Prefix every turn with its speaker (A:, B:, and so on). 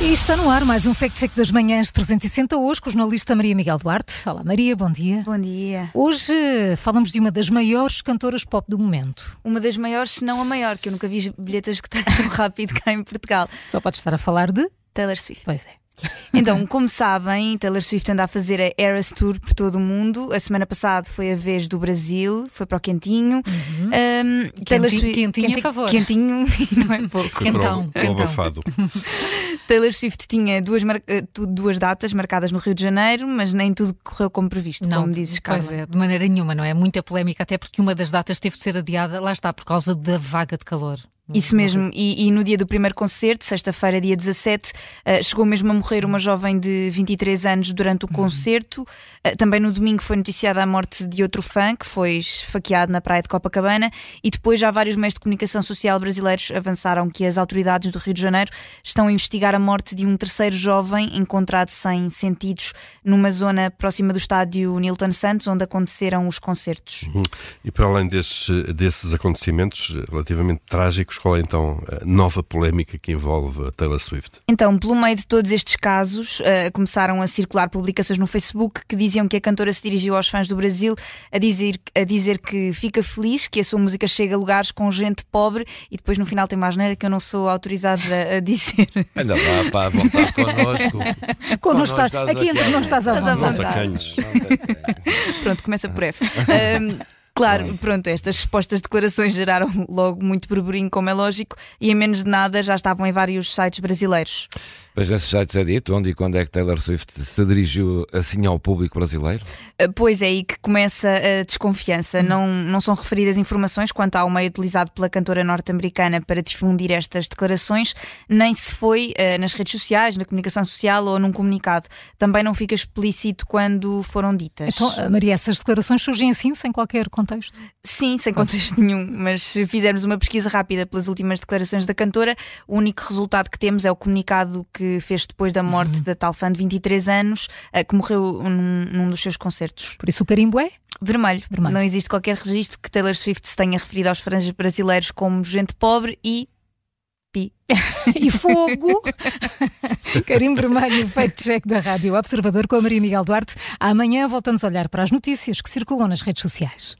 A: E está no ar mais um Fact Check das Manhãs 360, hoje com o jornalista Maria Miguel Duarte. Olá Maria, bom dia.
B: Bom dia.
A: Hoje eh, falamos de uma das maiores cantoras pop do momento.
B: Uma das maiores, se não a maior, que eu nunca vi bilhetes que tão rápido cá em Portugal.
A: Só pode estar a falar de.
B: Taylor Swift.
A: Pois é.
B: Então, como sabem, Taylor Swift anda a fazer a Eras Tour por todo o mundo. A semana passada foi a vez do Brasil, foi para o Quentinho. Ahm,
A: Quentinho-
B: Taylor Swift-
A: Uhum. quentinho a favor.
B: Quentinho, e não é pouco.
C: Foi para
A: Então,
C: o, para o
A: então.
C: abafado.
B: Taylor Swift tinha duas, mar- eh, tu- duas datas marcadas no Rio de Janeiro, mas nem tudo correu como previsto, como dizes, Carla.
A: pois é, de maneira nenhuma, não é? Muita polémica, até porque uma das datas teve de ser adiada, lá está, por causa da vaga de calor.
B: Isso mesmo, e, e no dia do primeiro concerto, sexta-feira, dia 17, eh, chegou mesmo a morrer uma jovem de 23 anos durante o concerto. Eh, também no domingo foi noticiada a morte de outro fã que foi esfaqueado na praia de Copacabana. E depois já vários meios de comunicação social brasileiros avançaram que as autoridades do Rio de Janeiro estão a investigar a morte de um terceiro jovem encontrado sem sentidos numa zona próxima do estádio Nilton Santos, onde aconteceram os concertos.
C: Uhum. E para além desses, desses acontecimentos relativamente trágicos, qual é então a nova polémica que envolve a Taylor Swift?
B: Então, pelo meio de todos estes casos, eh, começaram a circular publicações no Facebook que diziam que a cantora se dirigiu aos fãs do Brasil a dizer, a dizer que fica feliz que a sua música chega a lugares com gente pobre e depois no final tem mais neira que eu não sou autorizada a, a dizer.
D: Anda lá, pá, voltar connosco.
A: Quando não
D: Quando
A: estás,
D: estás
A: aqui
D: aqui
A: ainda não
D: à
A: estás à
B: vontade.
A: vontade.
B: Estás à vontade.
C: Tacanhos.
B: Pronto, começa por F. Ahm, Claro, pronto, estas supostas declarações geraram logo muito burburinho, como é lógico, e em menos de nada já estavam em vários sites brasileiros.
D: Mas nesses sites é dito onde e quando é que Taylor Swift se dirigiu assim ao público brasileiro?
B: Uh, Pois é aí que começa a desconfiança.
A: Uhum.
B: Não, não são referidas informações quanto ao meio utilizado pela cantora norte-americana para difundir estas declarações, nem se foi uh, nas redes sociais, na comunicação social ou num comunicado. Também não fica explícito quando foram ditas.
A: Então, ah, Maria, essas declarações surgem assim, sem qualquer contexto.
B: Sim, sem contexto nenhum, mas se fizermos uma pesquisa rápida pelas últimas declarações da cantora, o único resultado que temos é o comunicado que fez depois da morte
A: Uhum.
B: da tal fã de 23 anos, uh, que morreu num- num dos seus concertos.
A: Por isso o carimbo é.
B: Vermelho.
A: Vermelho.
B: Não existe qualquer registro que Taylor Swift se tenha referido aos franjas brasileiros como gente pobre e.
A: E fogo! Carimbo Vermelho, feito check da Rádio Observador com a Maria Miguel Duarte. Amanhã voltamos a olhar para as notícias que circulam nas redes sociais.